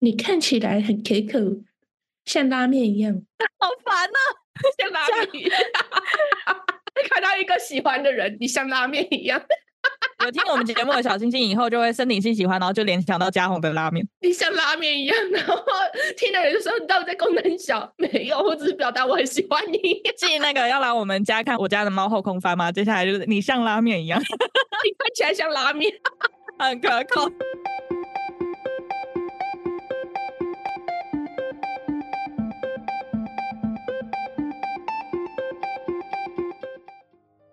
你看起来很 K 口，像拉面一样。好烦啊呐、像拉面一样。 看到一个喜欢的人，你像拉面一样， 有听我们节目的小星星以后，就会生理性喜欢，然后就联想到嘉 宏的拉面。你像拉面一样，然后听的人就说你到底在功能小？没有，我只是表达我很喜欢你。 你继那个要来我们家看我家的猫后空翻吗？接下来就是你像拉面 一样，看起来像拉面，很啊可口。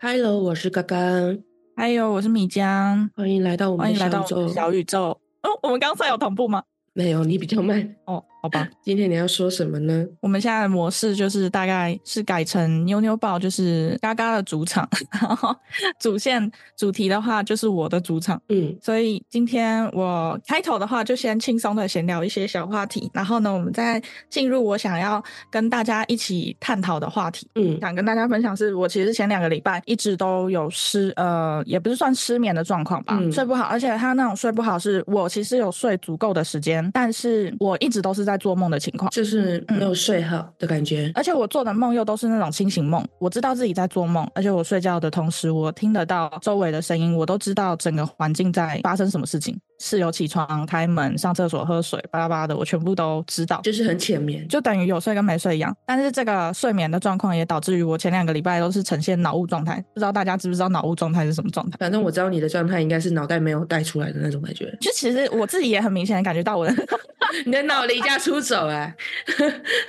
Hello，我是刚刚，还有，我是米江，欢迎来到我欢们迎的来小到宇我们宙。的小宇宙。哦，我们刚才有同步吗？没有，你比较慢。哦，好吧。今天你要说什么呢？我们现在的模式就是大概是改成妞妞报，就是嘎嘎的主场，然后主线主题的话就是我的主场。嗯，所以今天我开头的话就先轻松的闲聊一些小话题，然后呢，我们再进入我想要跟大家一起探讨的话题。嗯想跟大家分享是，我其实前两个礼拜一直都有失，呃，也不是算失眠的状况吧，嗯睡不好，而且他那种睡不好是我其实有睡足够的时间，但是我一直都是在做梦的情况。就是嗯没有睡好的感觉。而且我做的梦又都是那种清醒梦，我知道自己在做梦，而且我睡觉的同时，我听得到周围的声音，我都知道整个环境在发生什么事情，室友起床、开门、上厕所、喝水，巴拉巴拉的，我全部都知道。就是很浅眠，就等于有睡跟没睡一样，但是这个睡眠的状况也导致于我前两个礼拜都是呈现脑雾状态，不知道大家知不知道脑雾状态是什么状态？反正我知道你的状态应该是脑袋没有带出来的那种感觉，就其实我自己也很明显的感觉到我的 你的脑离家出走啊！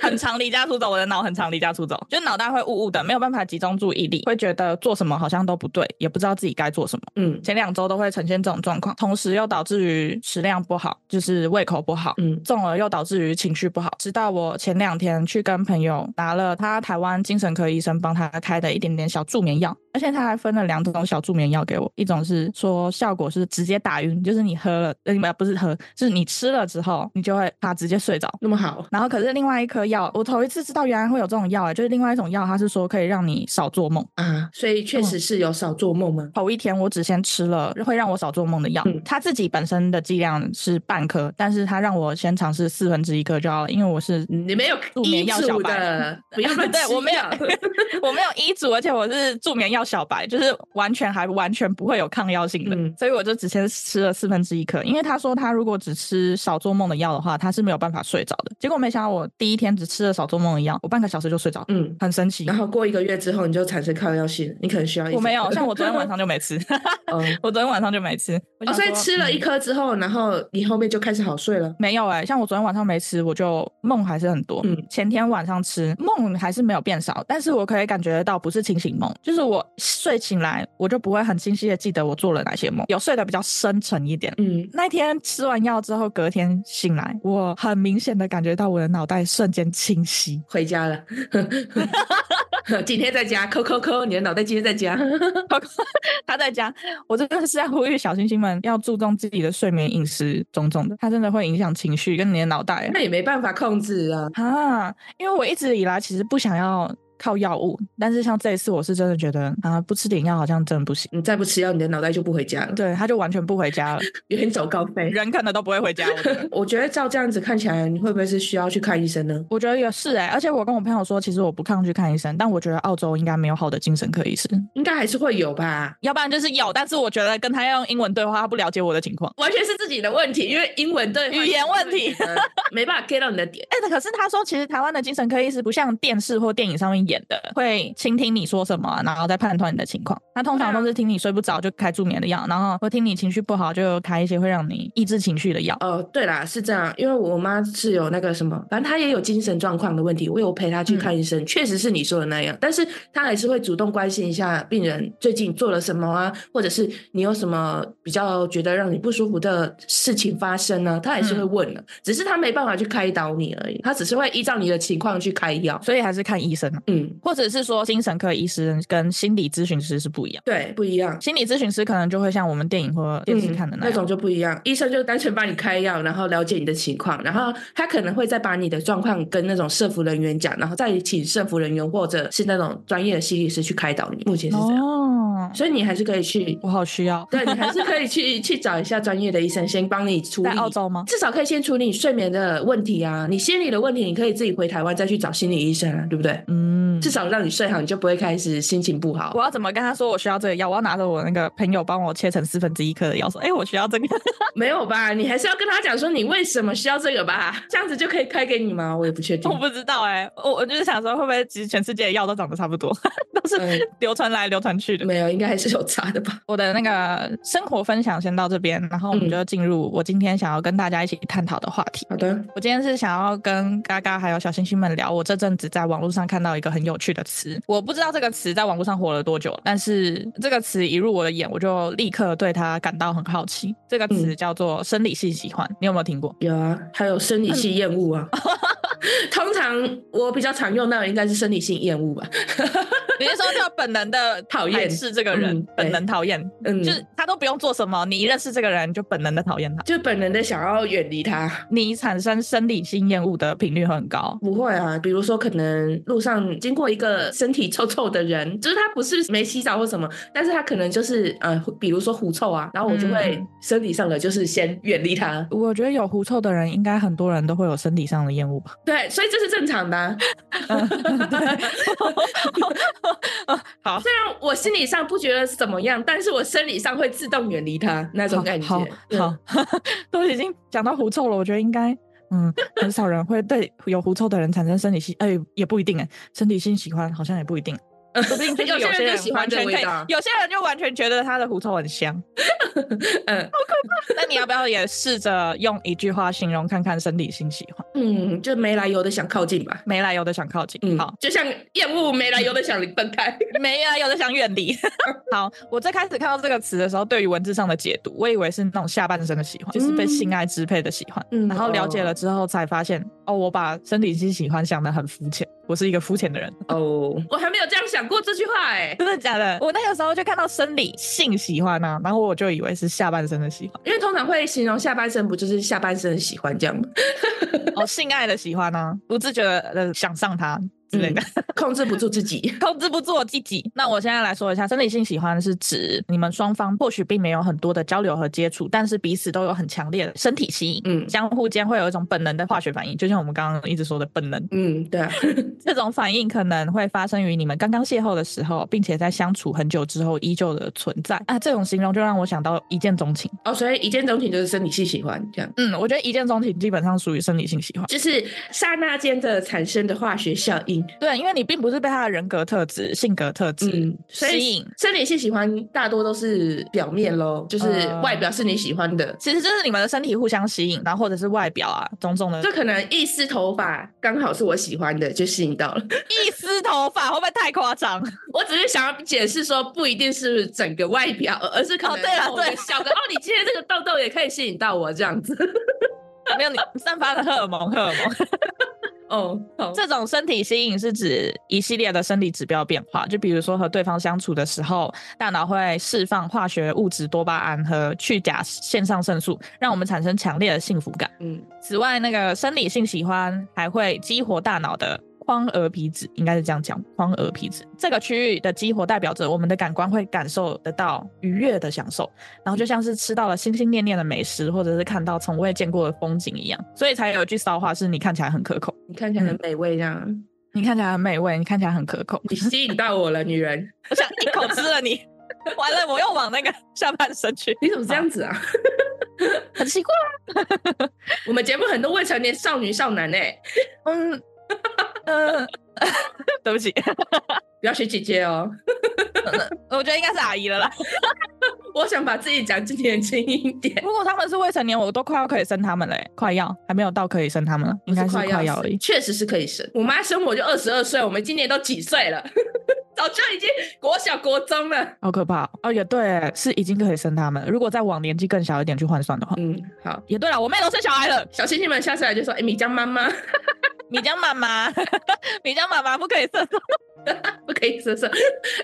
很常离家出走，我的脑很常离家出走，就脑袋会雾雾的，没有办法集中注意力，会觉得做什么好像都不对，也不知道自己该做什么。嗯前两周都会呈现这种状况，同时又导致于食量不好，就是胃口不好。嗯重而又导致于情绪不好，直到我前两天去跟朋友拿了他台湾精神科医生帮他开的一点点小助眠药，而且他还分了两种小助眠药给我，一种是说效果是直接打晕，就是你喝了，呃，不不是喝，就是你吃了之后，你就会啪直接睡着。那么好，然后可是另外一颗药，我头一次知道原来会有这种药、欸，就是另外一种药，它是说可以让你少做梦。啊，所以嗯确实是有少做梦吗？头一天我只先吃了会让我少做梦的药，嗯它自己本身的剂量是半颗，但是它让我先尝试四分之一颗就好了，因为我是你没有助医眠药小嘱白。的，不 要乱对我吃没有药我没有医嘱，而且我是助眠药小白，就是完全还完全不会有抗药性的，嗯所以我就只先吃了四分之一颗。因为他说他如果只吃少做梦的药的话，他是没有办法睡着的。结果没想到我第一天只吃了少做梦的药，我半个小时就睡着了，嗯，很神奇然。后过一个月之后你就产生抗药性，你可能需要一我没整有，颗像我昨天晚上就没吃， 哦我昨天晚上就没吃。我哦，想所以说吃了一嗯颗之后，然后你后面就开始好睡了。没有哎、像我昨天晚上没吃，我就梦还是很多。嗯前天晚上吃梦还是没有变少，但是我可以感觉得到不是清醒梦，就是我睡醒来我就不会很清晰的记得我做了哪些梦，有睡得比较深沉一点。嗯，那天吃完药之后，隔天醒来，我很明显的感觉到我的脑袋瞬间清晰。回家了。 今天在家，抠抠抠，你的脑袋今天在家。 他在家，我真的是要呼吁小星星们要注重自己的睡眠、饮食种种的，它真的会影响情绪跟你的脑袋。那也没办法控制啊。啊，因为我一直以来其实不想要靠药物，但是像这一次，我是真的觉得啊，不吃点药好像真的不行。你再不吃药，你的脑袋就不回家了，对，他就完全不回家了，远走高飞。人可能都不会回家。我觉得 我觉得照这样子看起来，你会不会是需要去看医生呢？我觉得也是哎、而且我跟我朋友说，其实我不抗拒看医生，但我觉得澳洲应该没有好的精神科医生，应该还是会有吧。要不然就是有，但是我觉得跟他要用英文对话，他不了解我的情况。完全是自己的问题，因为英文对话语言问题你会觉得没办法 get 到你的点。哎、可是他说，其实台湾的精神科医师不像电视或电影上面演的，会倾听你说什么，然后再判断你的情况。他通常对啊都是听你睡不着就开助眠的药，然后会听你情绪不好就开一些会让你抑制情绪的药。哦，对啦，是这样，因为我妈是有那个什么，反正她也有精神状况的问题，我有陪她去看医生，确实是你说的那样，但是她还是会主动关心一下病人最近做了什么啊，或者是你有什么比较觉得让你不舒服的事情发生呢、她还是会问的，只是她没办法去开导你而已，她只是会依照你的情况去开药。所以还是看医生啊，嗯，或者是说精神科医师跟心理咨询师是不一样。对，不一样。心理咨询师可能就会像我们电影或电视看的嗯那样，种就不一样， 医生就单纯帮你开药，然后了解你的情况，然后他可能会再把你的状况跟那种社服人员讲，然后再请社服人员或者是那种专业的心理师去开导你。目前是这样。哦，嗯，所以你还是可以 去我好需要。对你还是可以去去找一下专业的医生，先帮你处理。在澳洲吗至少可以先处理你睡眠的问题啊，你心理的问题，你可以自己回台湾再去找心理医生啊，对不对？嗯，至少让你睡好，你就不会开始心情不好我。要怎么跟他说我需要这个药？我要拿着我那个朋友帮我切成四分之一颗的药，说：“哎、我需要这个。没有吧？你还是要跟他讲说你为什么需要这个吧，这样子就可以开给你吗？我也不确”定 我。不知道哎、我我就是想说，会不会其实全世界的药都长得差不多， 都嗯是流传来流传去的。没有，应该还是有差的吧？我的那个生活分享先到这边，然后我们嗯就进入我今天想要跟大家一起探讨的话题。好的，我今天是想要跟嘎嘎还有小星星们聊，我这阵子在网络上看到一个很有趣的词，我不知道这个词在网络上火了多久，但是这个词一入我的眼，我就立刻对它感到很好奇。这个词叫做生理性喜欢，你有没有听过？有啊，还有生理性厌 恶啊。通常我比较常用到的应该是生理性厌恶吧。你是说叫本能的讨厌是这个人，嗯本能讨厌，嗯，就是他都不用做什么，你一认识这个人你就本能的讨厌他，就本能的想要远离他。你产生生理性厌恶的频率很高。不会啊，比如说可能路上经过一个身体臭臭的人， 就是他不是没洗澡或什么，但是他可能就是呃，比如说狐臭啊，然后我就会嗯生理上的就是先远离他。我觉得有狐臭的人，应该很多人都会有身体上的厌恶 吧。对，所以这是正常的啊、哦好，虽然我心理上不觉得怎么样，但是我生理上会自动远离他那种感觉。好嗯好，好都已经讲到狐臭了，我觉得应该。嗯，很少人会对有狐臭的人产生生理性，哎、也不一定哎、身体性喜欢好像也不一 定，说不定就是有些些人人就喜完欢这全个可味以道， 有些人就完全觉得他的狐臭很香。嗯 那你要不要也试着用一句话形容看看生理性喜欢？嗯，就没来由的想靠近吧。没来由的想靠近，嗯，好，，就像厌恶没来由的想分 开。没来由的想远 离。好，我最开始看到这个词的时候，对于文字上的解读，我以为是那种下半身的喜欢，就是被嗯性爱支配的喜欢。嗯然后了解了之后才发现，哦，我把生理性喜欢想得很肤浅，我是一个肤浅的人， 哦，我还没有这样想过这句话哎、真的假的？我那个时候就看到生理性喜欢啊，然后我就以为是下半身的喜欢，因为通常会形容下半身，不就是下半身喜欢这样吗？ 哦，性爱的喜欢啊，不自觉的呃想上他。之类的，控制不住自己。控制不住我自己。那我现在来说一下，生理性喜欢是指你们双方或许并没有很多的交流和接触，但是彼此都有很强烈的身体吸引，嗯相互间会有一种本能的化学反应，就像我们刚刚一直说的本能。嗯，对啊，这种反应可能会发生于你们刚刚邂逅的时候，并且在相处很久之后依旧的存在啊。这种形容就让我想到一见钟情。哦，所以一见钟情就是生理性喜欢这样。嗯，我觉得一见钟情基本上属于生理性喜欢。就是刹那间的产生的化学效应，对，因为你并不是被他的人格特质、性格特质、嗯，所吸以引。生理性喜欢大多都是表面咯，就是呃外表是你喜欢的，其实就是你们的身体互相吸引，然后或者是外表啊，种种的就可能一丝头发刚好是我喜欢的，就吸引到了。 一丝头发会不会太夸张？我只是想要解释说，不一定是整个外表，而是可能哦对了某个对小个哦，你今天这个痘痘也可以吸引到我这样子。 没有你散发的荷尔蒙，荷尔蒙。哦，好这种身体吸引是指一系列的生理指标变化，就比如说和对方相处的时候，大脑会释放化学物质多巴胺和去甲腺上腺素，让我们产生强烈的幸福感。嗯，此外，那个生理性喜欢还会激活大脑的。眶额皮质应该是这样讲，眶额皮质这个区域的激活代表着我们的感官会感受得到愉悦的享受，然后就像是吃到了心心念念的美食，或者是看到从未见过的风景一样，所以才有一句骚话是你看起来很可口。你看起嗯来很美味这样，你看起来很美味，你看起来很可口，你吸引到我了，女人， 我想一口吃了你。 完了，我又往那个下半身去，你怎么这样子啊？很奇怪。我们节目很多未成年少女少男哎、嗯嗯，对不起， 不要学姐姐哦。我觉得应该是阿姨了啦。我想把自己讲年轻一点，如果他们是未成年，我都快要可以生他们了欸、快要还没有到可以生他们了，应该是快要而已。确实是可以生。我妈生我就二十二岁，我们今年都几岁了， 早就已经国小国中了。好可怕哦哦！也对欸，是已经可以生他们了。如果再往年纪更小一点去换算的话，嗯，好，也对了，我妹都生小孩了。小星星们下次来就说：“哎、米江妈 妈米江妈妈， 米江妈妈不可以生。 不可以色色。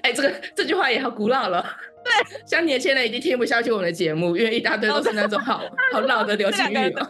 哎，这个这句话也好古老了。 像年轻人已经听不下去我们的节目，因为一大堆都是那种 好好老的流行这语两个哦。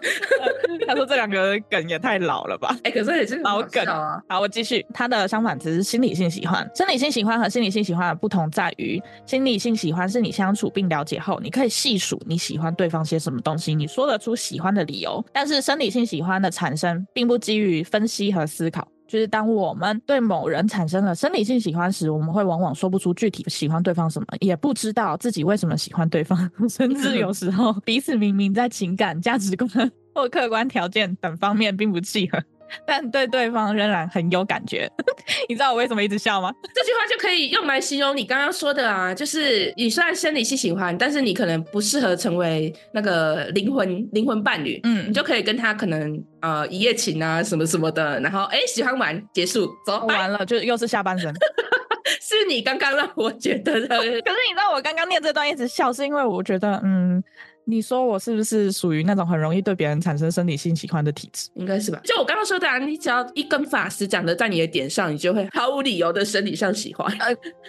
他说这两个梗也太老了吧。哎、可是也是很老好梗笑啊。好，我继续。它的相反词是心理性喜欢。生理性喜欢和心理性喜欢的不同在于，心理性喜欢是你相处并了解后，你可以细数你喜欢对方些什么东西，你说得出喜欢的理由。但是生理性喜欢的产生，并不基于分析和思考。就是当我们对某人产生了生理性喜欢时，我们会往往说不出具体喜欢对方什么，也不知道自己为什么喜欢对方， 甚至有时候彼此明明在情感、价值观或客观条件等方面并不契合，但对对方仍然很有感觉。 你知道我为什么一直笑吗？这句话就可以用来形容你刚刚说的啊，就是你虽然生理性喜欢，但是你可能不适合成为那个灵魂灵魂伴侣，嗯你就可以跟他可能呃一夜情啊什么什么的，然后哎喜欢完结束走，拜哦完了，就又是下半 身。可 是你刚刚让我觉得的，是你知道我刚刚念这段一直笑，是因为我觉得，嗯，你说我是不是属于那种很容易对别人产生生理性喜欢的体质？ 应该是吧？就我刚刚说的、啊，你只要一根发丝长得在你的点上，你就会毫无理由的生理上喜欢。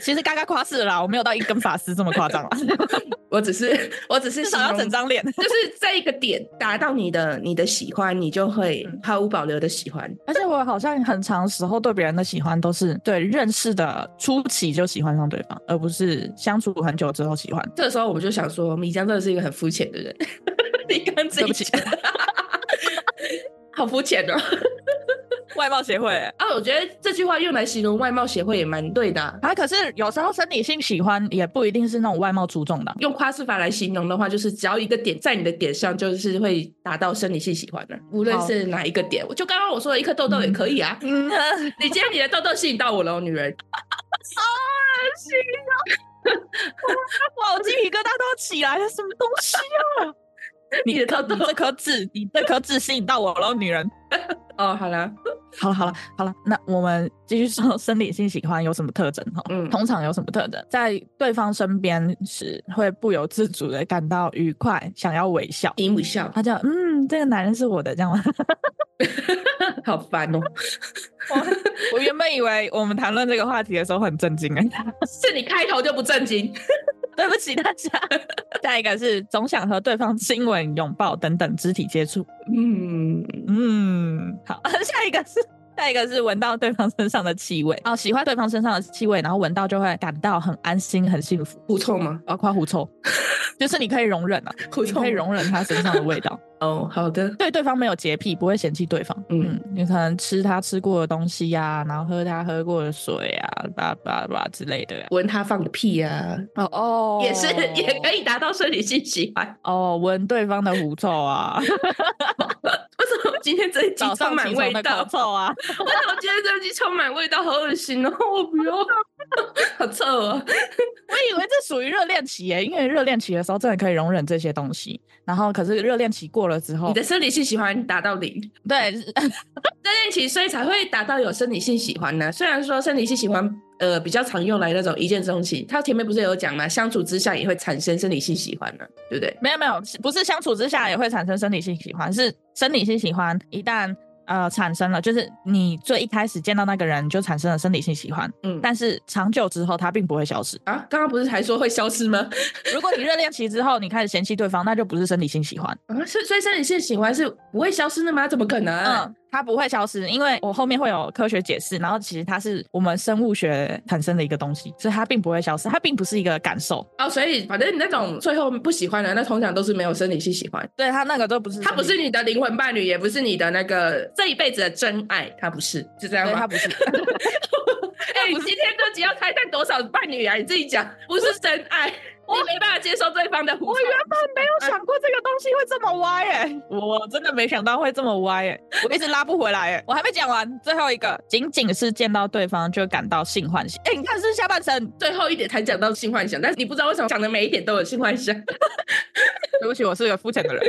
其实刚刚夸饰了啦，我没有到一根发丝这么夸 张啦，啊我只是我只是至少形要容整张脸。就是这一个点达到你的你的喜欢，你就会嗯毫无保留的喜欢。而且我好像很长时候对别人的喜欢都是对认识的初期就喜欢上对方，而不是相处很久之后喜欢。这个时候我们就想说，米江真的是一个很肤浅的人。 你刚自对不己起讲， 好肤浅哦。外貌协会、啊，我觉得这句话用来形容外貌协会也蛮对的啊、啊，可是有时候生理性喜欢也不一定是那种外貌出众的啊。用夸饰法来形容的话，就是只要一个点在你的点上，就是会达到生理性喜欢的，无论好是哪一个点。我就刚刚我说的一颗痘痘也可以 啊。嗯，你今天你的痘痘吸引到我了哦，女 人。哇，我鸡皮疙瘩都要起来了，什么东西啊？你的痘痘你这颗痣，你这颗痣吸引到我了，女人。哦，好啦，好了好了好了，那我们继续说 生理性喜欢有什么特征哈？嗯通常有什么特征？在对方身边时，会不由自主的感到愉快，想要微笑。姨母笑， 他就嗯，这个男人是我的，这样吗？好烦哦。我原本以为我们谈论这个话题的时候很震惊哎，是你开头就不正经， 对不起大家。 下一个是总想和对方亲吻、拥抱等等肢体接触。嗯，嗯，好， 下一个是。下一个是闻到对方身上的气味哦，喜欢对方身上的气味，然后闻到就会感到很安心、很幸福。狐臭吗？包括狐臭， 就是你可以容 忍啊，狐你臭可以吗容忍他身上的味 道。哦，好的，对对方没有洁癖，不会嫌弃对方。嗯嗯，你可能吃他吃过的东西呀、然后喝他喝过的水啊，叭叭叭之类的、闻他放的屁呀、哦哦也是也可 以以达到生理性喜欢。 哦，闻对方的狐臭 啊，为什么今天这一集早充上满起味床的道口？臭啊。为什么今天这一集充满味道？好恶心哦！我不要， 好臭哦！我以为这属于热恋期耶，因为热恋期的时候真的可以容忍这些东西，然后可是热恋期过了之后你，的生理性喜欢达到零，对， 热恋期所以才会达到有生理性喜欢呢、虽然说生理性喜欢。呃，比较常用来那种一见钟情，他前面不是有讲嘛，相处之下也会产生生理性喜欢呢、对不对？没有没有，不是相处之下也会产生生理性喜欢，是生理性喜欢一旦呃产生了，就是你最一开始见到那个人就产生了生理性喜欢，嗯，。但是长久之后它并不会消失啊，刚刚不是还说会消失吗？如果你热恋期之后你开始嫌弃对方，那就不是生理性喜欢，啊，是所以生理性喜欢是不会消失的吗？怎么可能？嗯，它不会消失，因为我后面会有科学解释，然后其实它是我们生物学产生的一个东西，所以它并不会消失，它并不是一个感受，哦，所以反正你那种最后不喜欢的，那通常都是没有生理性喜欢，对它那个都不是生理，他不是你的灵魂伴侣，也不是你的那个这一辈子的真爱，他不是，是这样对它吗？ 不是。哎、你今天这集要拆散多少伴侣啊？你自己讲，不是真爱，你没办法接受对方的狐臭。我原本没有想过这个东西会这么歪哎、 我真的没想到会这么歪哎、我一直拉不回来哎、 我还没讲完，最后一个，仅仅是见到对方就感到性幻 想，哎、你看是不是下半身，最后一点才讲到性幻想，但是你不知道为什么讲的每一点都有性幻想， 对不起，我是个肤浅 的人。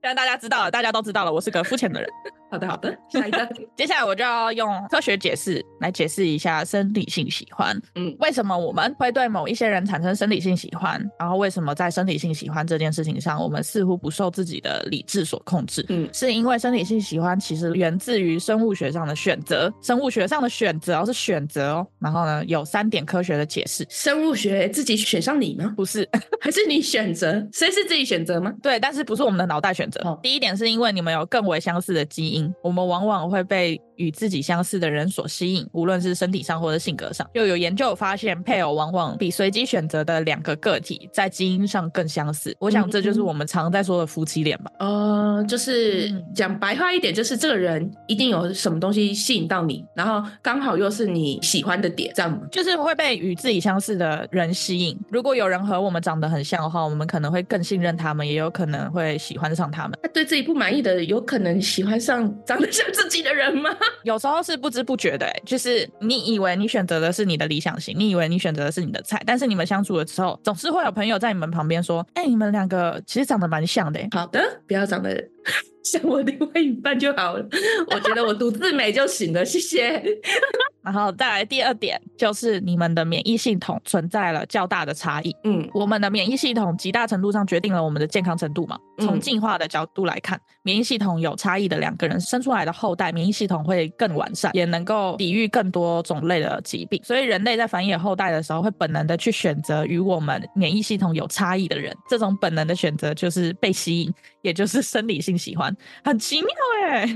让大家知道了，大家都知道了，我是个肤浅的人。 好的，好的，下一 个，接下来我就要用科学解释来解释一下生理性喜欢。嗯，为什么我们会对某一些人产生生理性喜欢？然后为什么在生理性喜欢这件事情上，我们似乎不受自己的理智所控制？嗯是因为生理性喜欢其实源自于生物学上的选择，生物学上的选择哦是选择哦。然后呢，有三点科学的解释，生物学自己选上你吗？不是 还是你选择？谁是自己选择吗？对，但是不是我们的脑袋选择。哦第一点是因为你们有更为相似的基因，我们往往会被与自己相似的人所吸引，无论是身体上或者性格上。又有研究发现，配偶往往比随机选择的两个个体在基因上更相似。我想这就是我们常在说的夫妻脸吧。呃，就是嗯讲白话一点，就是这个人一定有什么东西吸引到你，然后刚好又是你喜欢的点，这样吗？就是会被与自己相似的人吸引。如果有人和我们长得很像的话，我们可能会更信任他们，也有可能会喜欢上他们。他对自己不满意的，有可能喜欢上长得像自己的人吗？ 有时候是不知不觉的、欸，就是你以为你选择的是你的理想型，你以为你选择的是你的菜，但是你们相处的时候，总是会有朋友在你们旁边说：“哎、你们两个其实长得蛮像的、欸。好的，不要长得 像我另外一半就好了，我觉得我独自美就行了，谢谢。然后再来第二点，就是你们的免疫系统存在了较大的差异。嗯我们的免疫系统极大程度上决定了我们的健康程度嘛。嗯从进化的角度来看，免疫系统有差异的两个人生出来的后代，免疫系统会更完善，也能够抵御更多种类的疾病。所以人类在繁衍后代的时候，会本能的去选择与我们免疫系统有差异的人。这种本能的选择就是被吸引，也就是生理性喜欢，很奇妙哎、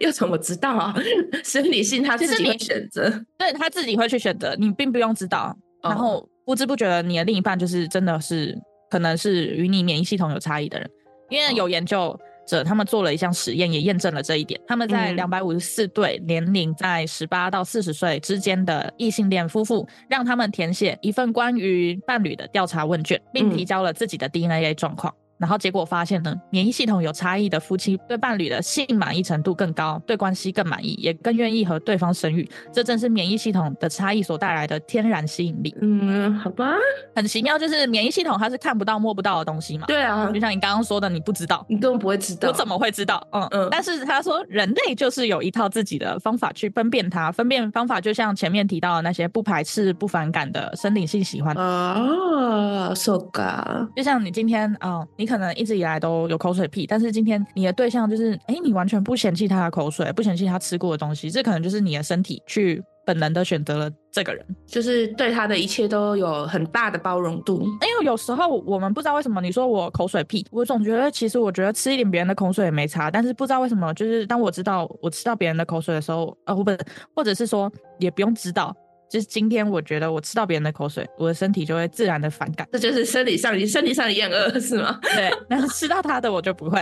要怎么知道啊？生理性他自其实己你会选择。对他自己会去选择，你并不用知道。啊然哦后不知不觉的，你的另一半就是真的是可能是与你免疫系统有差异的人，因为有研究者他们做了一项实验，也验证了这一点。他们在嗯两百五十四对年龄在十八到四十岁之间的异性恋夫妇，让他们填写一份关于伴侣的调查问卷，并提嗯交了自己的 DNA 状况。然后结果发现呢，免疫系统有差异的夫妻对伴侣的性满意程度更高，对关系更满意，也更愿意和对方生育。这正是免疫系统的差异所带来的天然吸引力。嗯，好吧，很奇妙，就是免疫系统它是看不到、摸不到的东西嘛。对啊就，像你刚刚说的，你不知道，你根本不会知道。我怎么会知道？嗯嗯嗯。但是他说，人类就是有一套自己的方法去分辨它，分辨方法就像前面提到的那些不排斥、不反感的生理性喜嗯欢。啊？So ga，就像你今天啊、哦你可能一直以来都有口水屁，但是今天你的对象就是，哎，你完全不嫌弃他的口水，不嫌弃他吃过的东西，这可能就是你的身体去本能的选择了这个人。就是对他的一切都有很大的包容度。因为有时候我们不知道为什么，你说我口水屁，我总觉得其实我觉得吃一点别人的口水也没差，但是不知道为什么，就是当我知道我吃到别人的口水的时候，呃，我不是，或者是说也不用知道，就是今天我觉得我吃到别人的口水，我的身体就会自然的反感，这就是生理上，你身体上的厌恶是吗？ 对，但是吃到他的我就不会。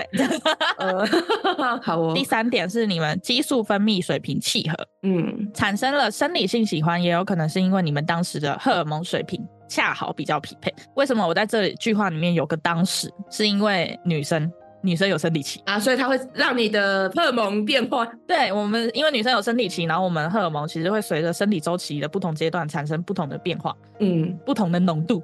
呃， 好哦第，三点是你们激素分泌水平契合，嗯产生了生理性喜欢，也有可能是因为你们当时的荷尔蒙水平恰好比较匹配。为什么我在这里句话里面有个当时，是因为女生。女生有生理期，啊，所以它会让你的荷尔蒙变化。对我们，因为女生有生理期，然后我们荷尔蒙其实会随着生理周期的不同阶段产生不同的变化、嗯，不同的浓度，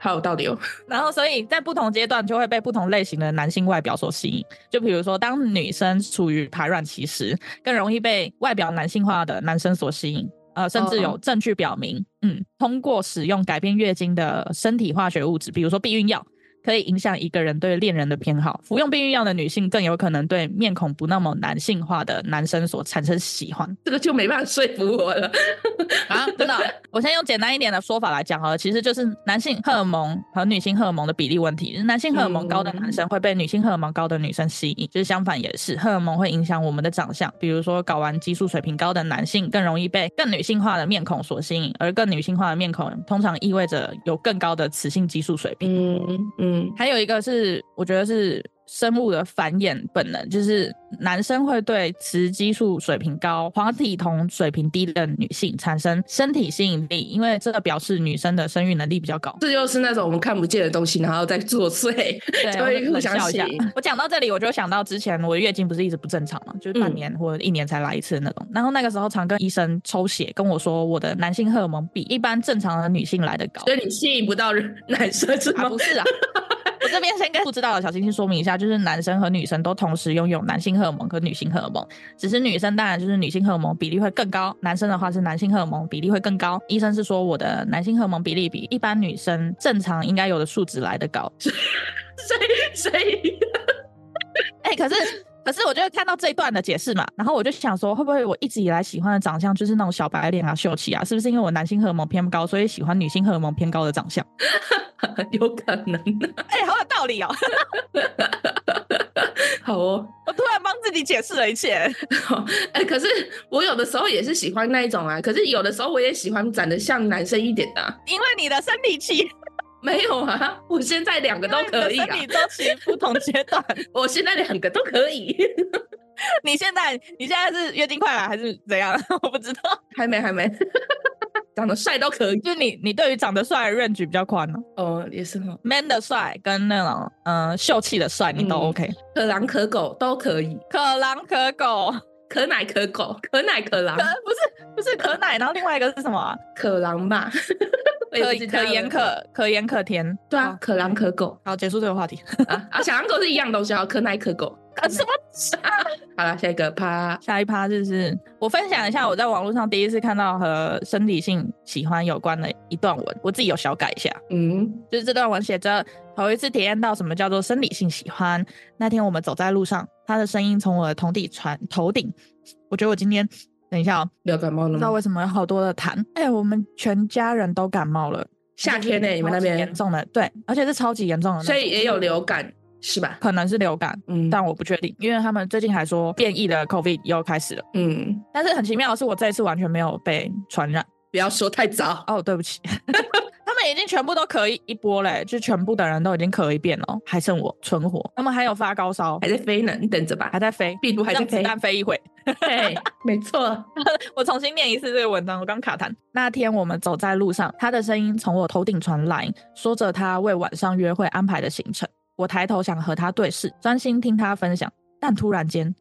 好有道理哦。 然后所以在不同阶段就会被不同类型的男性外表所吸引。就比如说，当女生处于排卵期时，更容易被外表男性化的男生所吸引。呃，甚至哦有证据表明，嗯，通过使用改变月经的身体化学物质，比如说避孕药，可以影响一个人对恋人的偏好。服用避孕药的女性更有可能对面孔不那么男性化的男生所产生喜欢。这个就没办法说服我了。啊，真的啊、我先用简单一点的说法来讲好了，其实就是男性荷尔蒙和女性荷尔蒙的比例问题。男性荷尔蒙高的男生会被女性荷尔蒙高的女生吸引，就是相反也是，荷尔蒙会影响我们的长相。比如说，睾丸激素水平高的男性更容易被更女性化的面孔所吸引，而更女性化的面孔通常意味着有更高的雌性激素水平。 嗯嗯还有一个是，我觉得是生物的繁衍本能，就是男生会对雌激素水平高、黄体酮水平低的女性产生身体吸引力，因为这个表示女生的生育能力比较高。这就是那种我们看不见的东西，然后再作 祟，对，就我会互冷相笑一吸下引。。我讲到这里，我就想到之前我的月经不是一直不正常嘛，就是半嗯年或者一年才来一次的那种。然后那个时候常跟医生抽血，跟我说我的男性荷尔蒙比一般正常的女性来的高。所以你吸引不到人男生是啊，吗不？是啊，我这边先跟不知道的小星星说明一下，就是男生和女生都同时拥有男性荷尔蒙和女性荷尔蒙，只是女生当然就是女性荷尔蒙比例会更高，男生的话是男性荷尔蒙比例会更高。医生是说我的男性荷尔蒙比例比一般女生正常应该有的数值来的高。所以 哎、可是可是我就看到这一段的解释嘛，然后我就想说，会不会我一直以来喜欢的长相就是那种小白脸啊、秀气啊？是不是因为我男性荷尔蒙偏高，所以喜欢女性荷尔蒙偏高的长相？ 有可能。哎、好有道理哦！ 好哦，我突然帮自己解释了一切。哎、可是我有的时候也是喜欢那一种啊，可是有的时候我也喜欢长得像男生一点的啊、因为你的生理 期没有啊，我现在两个都可以因为啊你，的生理周期不同阶段，我现在两个都可 以， 你现在你现在是月经快来还是怎样？ 我不知道。还没还没， 长得帅都可以。就是你你对于长得帅的 range 比较宽呢、哦，也是哈， m a n 的帅跟那种嗯、呃秀气的帅你都嗯 OK，、可狼可狗都可以，可狼可狗，可奶可狗，可奶可狼 可，不是不是可奶，然后另外一个是什么啊、可狼吧， 我也可不知道可盐可哦可盐可甜。对啊，可狼可狗好，好，结束这个话题。啊啊，小狼狗是一样东西啊，可奶可狗。啊什么？ 好了，下一个啪，下一趴就是我分享一下我在网络上第一次看到和生理性喜欢有关的一段文，我自己有小改一下。嗯，就是这段文写着头一次体验到什么叫做生理性喜欢。那天我们走在路上，他的声音从我的头顶传头顶，我觉得我今天等一下、哦，有感冒不了知道吗？为什么有好多的痰。哎、我们全家人都感冒了，夏天呢、而且是你们那超级边严，重的，对，而且是超级严重的那种，所以也有流感是吧？可能是流感，嗯，但我不确定，因为他们最近还说变异的 COVID 又开始了。嗯，但是很奇妙的是，我这一次完全没有被传染。不要说太早。哦，对不起，他们已经全部都咳一一波嘞，就全部的人都已经咳一遍了，还剩我存活。他们还有发高烧，还在飞呢，你等着吧还。在飞，病毒还在让子飞弹飞一回。对，没错。我重新念一次这个文章，我刚卡痰。那天我们走在路上，他的声音从我头顶传来，说着他为晚上约会安排的行程。我抬头想和他对视，专心听他分享，但突然间，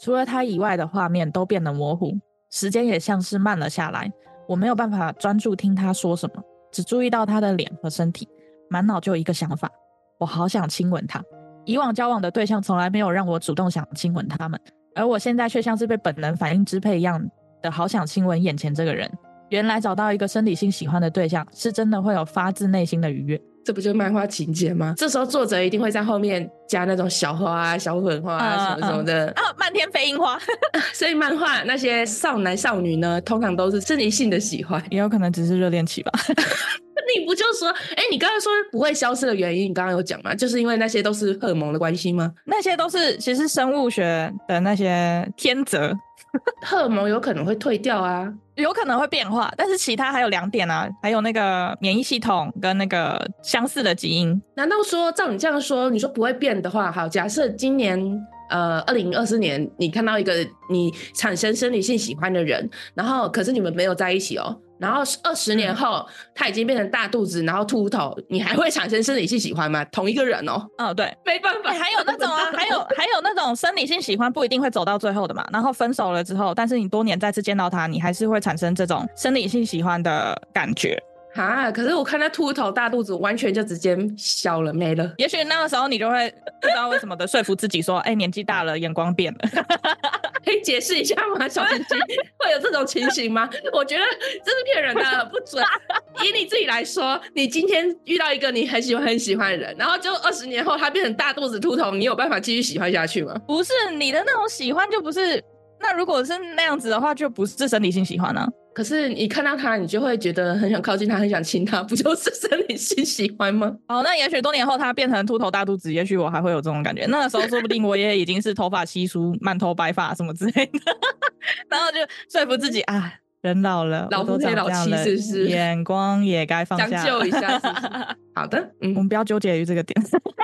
除了他以外的画面都变得模糊，时间也像是慢了下来。我没有办法专注听他说什么，只注意到他的脸和身体，满脑就有一个想法：我好想亲吻他。以往交往的对象从来没有让我主动想亲吻他们，而我现在却像是被本能反应支配一样的，好想亲吻眼前这个人。原来找到一个生理性喜欢的对象，是真的会有发自内心的愉悦。这不就是漫画情节吗？这时候作者一定会在后面加那种小花啊、小粉花啊、什嗯么什么的，啊，漫天飞樱花 所以漫画那些少男少女呢，通常都是生理性的喜欢。 也有可能只是热恋期吧。你不就说，哎、你刚刚说不会消失的原因，你刚刚有讲吗？就是因为那些都是荷尔蒙的关系吗？那些都是其实生物学的那些天择，荷尔蒙有可能会退掉啊，有可能会变化，但是其他还有两点啊，还有那个免疫系统跟那个相似的基因。难道说照你这样说，你说不会变的话，好，假设今年呃二零二四年你看到一个你产生生理性喜欢的人，然后可是你们没有在一起哦，然后二十年后、他已经变成大肚子，然后秃头，你还会产生生理性喜欢吗？同一个人哦，哦，对，没办哎还有那种啊，还有还有那种生理性喜欢不一定会走到最后的嘛。然后分手了之后，但是你多年再次见到他，你还是会产生这种生理性喜欢的感觉。啊，可是我看他秃头大肚子，完全就直接消了没了。 也许那个时候你就会不知道为什么的说服自己说，哎、年纪大了，眼光变了。可以解释一下吗？小星星会有这种情形吗？我觉得这是骗人的，不准。以你自己来说，你今天遇到一个你很喜欢很喜欢的人，然后就二十年后他变成大肚子秃头，你有办法继续喜欢下去吗？不是你的那种喜欢，就不是。那如果是那样子的话，就不是生理性喜欢呢、啊可是你看到他，你就会觉得很想靠近他，很想亲他，不就是生理性喜欢吗？哦，那也许多年后他变成秃头大肚子，也许我还会有这种感觉。那个时候说不定我也已经是头发稀疏、满头白发什么之类的， 然后就说服自己啊，人老了，老我都夫配长老这样妻了是不是眼光也该放将下，就一下，是不是？ 好的，我嗯，们不要纠结于这个点。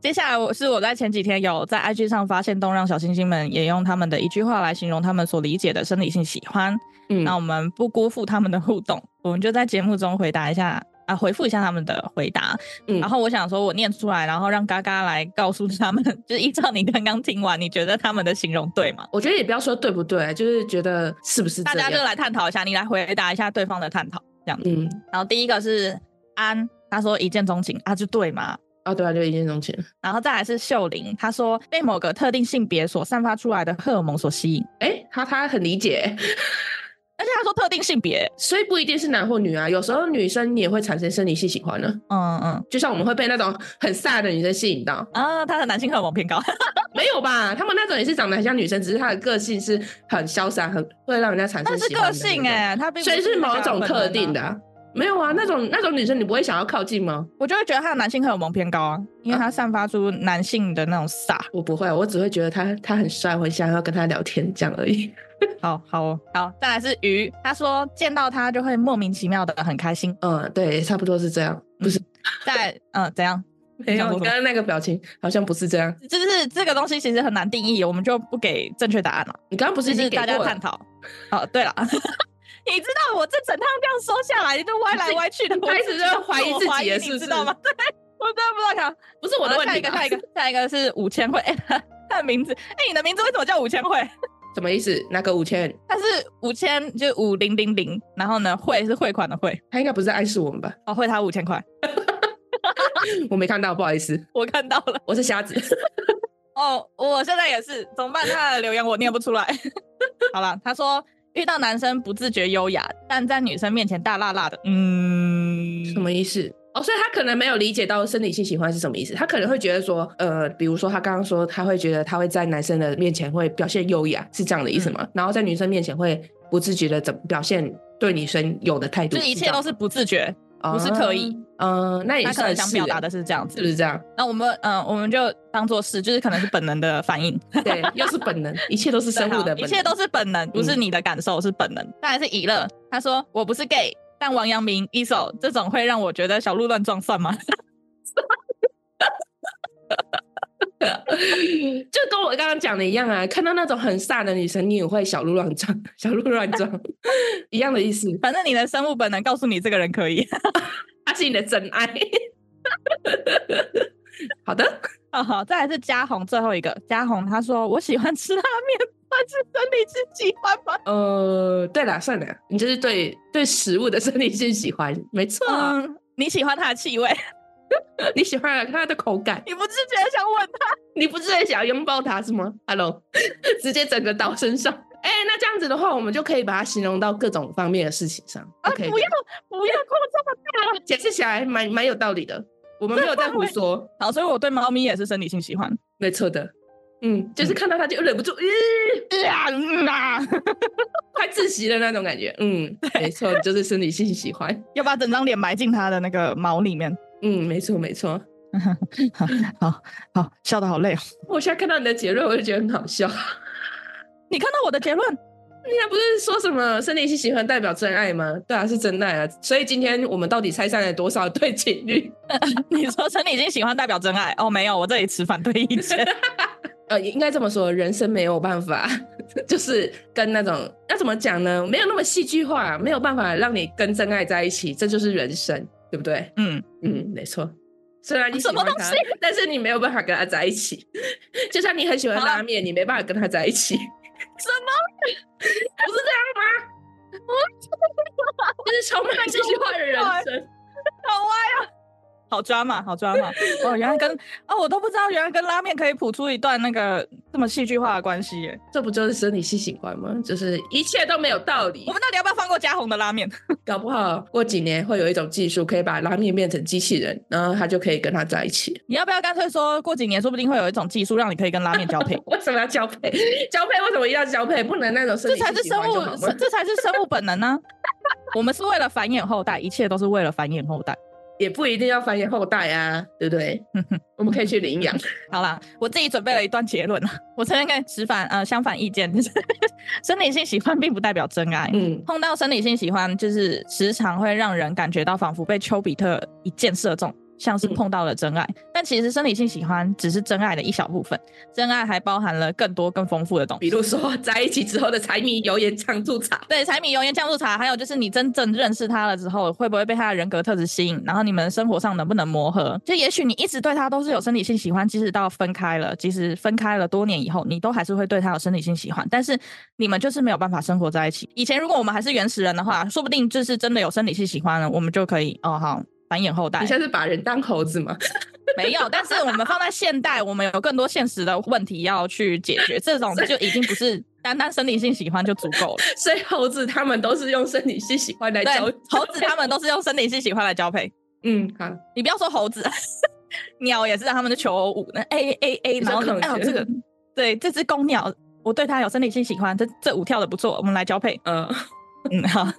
接下来我是我在前几天有在 IG 上发现，动让小星星们也用他们的一句话来形容他们所理解的生理性喜欢。嗯那我们不辜负他们的互动，我们就在节目中回答一下啊，回复一下他们的回答。嗯然后我想说，我念出来，然后让嘎嘎来告诉他们， 就是依照你刚刚听完，你觉得他们的形容对吗？我觉得也不要说对不对，就是觉得是不是大这家就样？来探讨一下，你来回答一下对方的探讨，这样子。嗯，然后第一个是安，他说一见钟情啊，就对嘛。哦，对啊，就一见钟情。然后再来是秀玲，她说被某个特定性别所散发出来的荷尔蒙所吸引，哎，他他很理解，而且她说特定性别，所以不一定是男或女啊，有时候女生也会产生生理性喜欢呢、嗯嗯就像我们会被那种很飒的女生吸引到，啊，她的男性荷尔蒙偏高，没有吧？他们那种也是长得很像女生，只是她的个性是很潇洒，很会让人家产但生是喜欢个的那性种哎、她并不所以是某种特定的的，啊、没有啊，那种那种女生你不会想要靠近吗？我就会觉得她的男性荷尔蒙偏高啊，因为她嗯散发出男性的那种飒。我不会啊，我只会觉得他他很帅，我很想要跟他聊天这样而已。好好哦，好，再来是鱼，她说见到他就会莫名其妙的很开心。嗯，对，差不多是这样。不是，再嗯、怎样？没有，想我说什么刚刚那个表情好像不是这样。就是这个东西其实很难定义，我们就不给正确答案了，你刚刚不是就已经是给大过家了探讨。哦，对了。 你知道我这整趟这样说下来，就歪来歪去 的，我开始自己在怀疑我自己了你是不知是道吗？ 对，我真的不啊知道讲。不是我的好问下题一个，吧？下一个，下一个是五千惠， 哎他的名字，哎，你的名字为什么叫五千惠？什么意思？那个五千？它是五千，就是五零零零，然后呢，汇是汇款的汇，他应该不是在暗示我们吧？ 哦，汇他五千块，我没看到，不好意思， 我看到了。我是瞎 子。哦，我现在也是，怎么办？他的留言我念不出来。 好了，他说遇到男生不自觉优雅，但在女生面前大辣辣的，嗯，什么意思？哦，所以他可能没有理解到生理性喜欢是什么意思，他可能会觉得说，呃，比如说他刚刚说他会觉得他会在男生的面前会表现优雅，是这样的意思嗯吗？然后在女生面前会不自觉的怎么表现对女生有的态度，就是一切都是不自觉，这样不是刻意。嗯、呃那也他可算能是想表达的欸是这样是子不。是这样？那我们嗯、我们就当做是，就是可能是本能的反应，对，又是本 能，一切都是生物的本能，嗯一切都是本能，不是你的感受，是本能。当然是以乐，他说我不是 gay，但王阳明一手这种会让我觉得小鹿乱撞算吗？ 就跟我刚刚讲的一样啊。看到那种很飒的女生，你也会小鹿乱撞，小鹿乱撞，一样的意思。反正你的生物本能告诉你这个人可以。 她是你的真爱。 好的。哦，好，再来是嘉宏最后一个，嘉宏他说我喜欢吃拉面， 他是生理性喜欢吗？呃，对啦，算了，你就是对对食物的生理性喜欢，没错，嗯，你喜欢它的气味， 你喜欢它的口感，你不自觉地想问他，你不是很想要拥抱它是吗？Hello，直 接整个倒身上。哎、那这样子的话，我们就可以把它形容到各种方面的事情上。啊 OK，不要不要扩张。解释起来蛮蛮有道理的，我们没有在胡说，好，所以我对猫咪也是生理性喜欢。没错的。嗯，就是嗯看到它就忍不住，咦、啊嗯啊， 快窒息的那种感觉。嗯，没错，就是生理性喜欢。要把整张脸埋进它的那个毛里面。嗯，没错没错。好好好，笑的好累哦。我现在看到你的结论，我就觉得很好笑。你看到我的结论？ 人家不是说什么生理性喜欢代表真爱吗？对啊，是真爱啊。所以今天我们到底拆散了多少对情侣？ 你说生理性喜欢代表真爱？哦，没有，我这里持反对意见。 呃，应该这么说，人生没有办法， 就是跟那种要怎么讲呢？没有那么戏剧化，没有办法让你跟真爱在一起，这就是人生，对不对？嗯，嗯，没错。虽然你喜什么欢东他西，但是你没有办法跟他在一起。就像你很喜欢好了拉面，你没办法跟他在一起。什么？ 不是这样吗？我就是充满戏剧化的人生。好歪啊！好抓嘛，好抓嘛！哦，原来跟哦，我都不知道，原来跟拉面可以谱出一段那个这么戏剧化的关系耶！这不就是生理性喜欢吗？就是一切都没有道理我。们到底要不要放过嘉宏的拉面？搞不好过几年会有一种技术，可以把拉面变成机器人，然后他就可以跟他在一起。 ？你要不要干脆说过几年，说不定会有一种技术让你可以跟拉面交配为什么要交配？交配为什么一定要交配？不能那种生这理才性是喜生欢就物，好 这吗？这才是生物本能呢、啊我们是为了繁衍后代，一切都是为了繁衍后代。也不一定要繁衍后代啊，对不 对？我们可以去领养。好啦，我自己准备了一段结论啊，我这边跟持反呃相反意见，就是 生理性喜欢并不代表真爱。 嗯，碰到生理性喜欢，就是时常会让人感觉到仿佛被丘比特一箭射中，像是嗯碰到了真爱。但其实生理性喜欢只是真爱的一小部分，真爱还包含了更多更丰富的东比西。如说在一起之后的柴米油盐酱醋茶，对，柴米油盐酱醋茶，还有就是你真正认识他了之后，会不会被他的人格特质吸引？然后你们生活上能不能磨合？就也许你一直对他都是有生理性喜欢，即使到分开了，即使分开了多年以后，你都还是会对他有生理性喜欢，但是你们就是没有办法生活在一起。以前如果我们还是原始人的话，说不定就是真的有生理性喜欢了，我们就可以哦好。繁衍后代你。现在是把人当猴子吗？ 没有，但是我们放在现代，我们有更多现实的问题要去解决，这种就已经不是单单生理性喜欢就足够了。所以猴子他们都是用生理性喜欢来对 交，，猴子他们都是用生理性喜欢来交配。嗯，好，你不要说猴子， 鸟也是，啊他们就求偶舞，那 A A A，你说然后就孔哎呦雀 这个，对，这只公鸟，我对它有生理性喜欢，这这舞跳的不错，我们来交配。呃，嗯，好，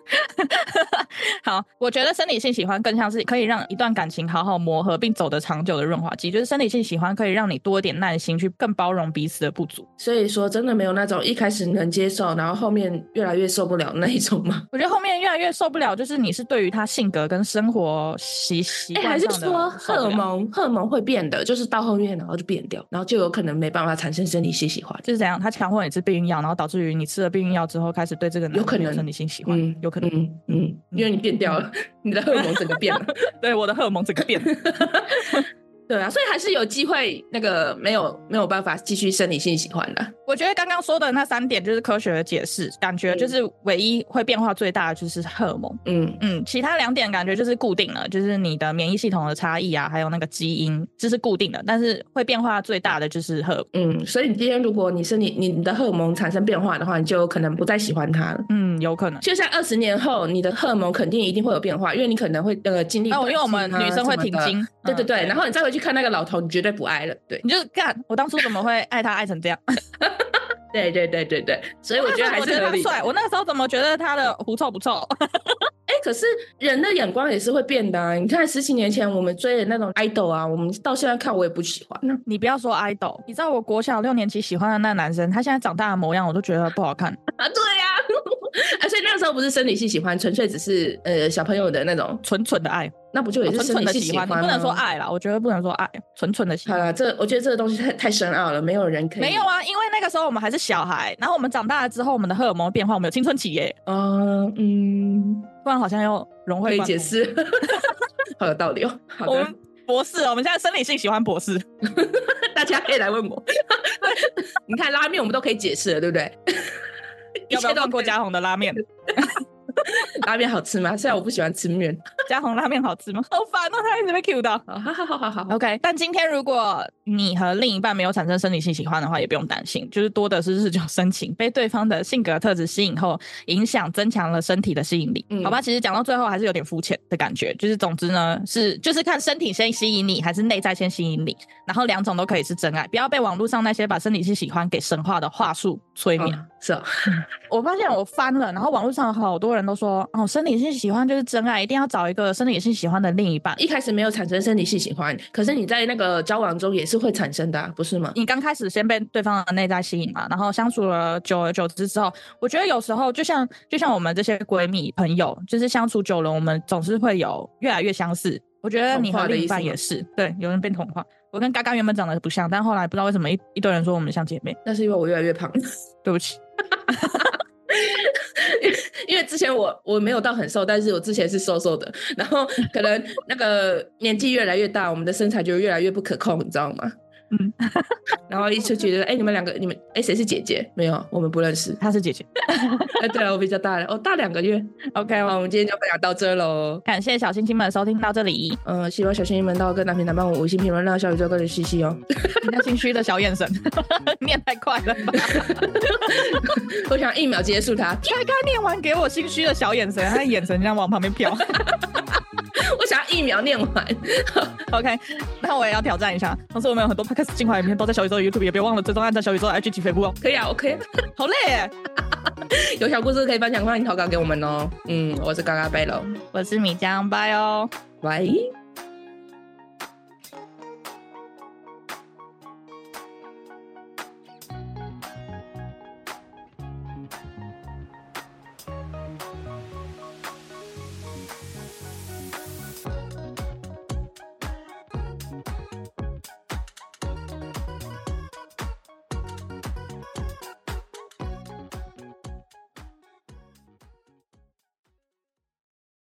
好，我觉得生理性喜欢更像是可以让一段感情好好磨合并走得长久的润滑剂，就是生理性喜欢可以让你多一点耐心去更包容彼此的不足。所以说真的没有那种一开始能接受，然后后面越来越受不了那一种吗？我觉得后面越来越受不了，就是你是对于他性格跟生活习习 哎、惯还是上的说受荷不尔了蒙荷尔蒙会变的，就是到后面然后就变掉，然后就有可能没办法产生生理性喜欢。就是怎样，他强迫你吃避孕药，然后导致于你吃了避孕药之后，开始对这个男有可的能生理性喜欢，嗯，有可能。嗯嗯，因为你变掉了， 你的荷尔蒙整个变了。对，我的荷尔蒙整个变。 对啊，所以还是有机会那个没有没有办法继续生理性喜欢的。我觉得刚刚说的那三点就是科学的解释，感觉就是唯一会变化最大的就是荷尔蒙。嗯，嗯，其他两点感觉就是固定了，就是你的免疫系统的差异啊，还有那个基因，这是固定的，但是会变化最大的就是荷尔蒙。嗯，所以你今天如果你生理你的荷尔蒙产生变化的话，你就有可能不再喜欢它了。嗯，有可能。就像二十年后，你的荷尔蒙肯定一定会有变化，因为你可能会呃经历哦，短因为我们经啊女生会什么停的经，对对嗯对，然后你再回去看那个老头，你绝对不爱了。对，你就干，我当初怎么会爱他爱成这样？对对对对对，所以我那觉得时候还 我是觉得合他理的。帅，我那时候怎么觉得他的狐臭不臭？哎、可是人的眼光也是会变的啊！你看十几年前我们追的那种 idol 啊，我们到现在看我也不喜欢。啊那你不要说 idol，你知道我国小六年级喜欢的那男生，他现在长大的模样，我都觉得不好看。啊，对呀、 啊，所以那时候不是生理性喜欢，纯粹只是呃小朋友的那种，纯纯的爱，那不就也啊纯是生纯理的性喜欢，你吗不能说。啊爱啦，我觉得不能说爱，纯纯的喜好欢。了，这我觉得这个东西太太深奥了，没有人可以。没有啊，因为那个时候我们还是小孩，然后我们长大了之后，我们的荷尔蒙变化，我们有青春期耶，嗯、嗯，不然好像又融可会以贯解通。释， 好有道理哦。好我的们，博士，哦我们现在生理性喜欢博士，大家可以来问 我。你看拉面我们都可以解释了，对不对？要不要一切都放过可以嘉宏的拉面？ 拉面好吃吗？虽然我不喜欢吃面。嘉宏拉面好吃吗？好烦哦，他一直被 Q 到。好好好好好好， OK，但今天如果你和另一半没有产生生理性喜欢的话，也不用担心，就是多的是日久生情，被对方的性格特质吸引后，影响增强了身体的吸引力。嗯好吧，其实讲到最后还是有点肤浅的感觉，就是总之呢，是就是看身体先吸引你，还是内在先吸引你，然后两种都可以是真爱，不要被网络上那些把生理性喜欢给神话的话术催眠。哦是哦，我发现我翻了，然后网络上好多人都说，哦，生理性喜欢就是真爱，一定要找一个生理性喜欢的另一半。一开始没有产生生理性喜欢，可是你在那个交往中也是会产生的、啊，不是吗？你刚开始先被对方的内在吸引嘛，然后相处了久而久之之后，我觉得有时候就像就像我们这些闺蜜朋友，就是相处久了，我们总是会有越来越相似。我觉得你同和化的意另一思半吗也是，对，有人变童话。我跟嘎嘎原本长得不像，但后来不知道为什么一一堆人说我们像姐妹，那是因为我越来越胖， 对不起。 因为之前我我没有到很瘦，但是我之前是瘦瘦的，然后可能那个年纪越来越大，我们的身材就越来越不可控，你知道吗？嗯，然后一出去就说，哎、你们两个，你们，哎、谁是姐姐？没有，我们不认识。她是姐姐。哎、对啊，我比较大了，哦，大两个月。 OK，好，我们今天就分享到这喽。感谢小星星们收听到 这里，嗯，希望小心你们到各大平台帮我五星评论，让小宇宙更人嘻嘻哦。 你那心虚的小眼神， 念太快 了吧？我想一秒结束它，嘎嘎念完给我心虚的小眼神，他的眼神这样往旁边飘。 我想要一秒念完。 OK，那我也要挑战一下。同时，我们有很多 Podcast 精华影片都在小宇宙、YouTube，也别忘了追踪按赞小宇宙的 IG 及肥布哦。可以啊，我可以啊。好累耶，有小故事可以分享，欢迎投稿给我们哦。嗯，我是嘎嘎贝喽，我是米江，拜哦。拜。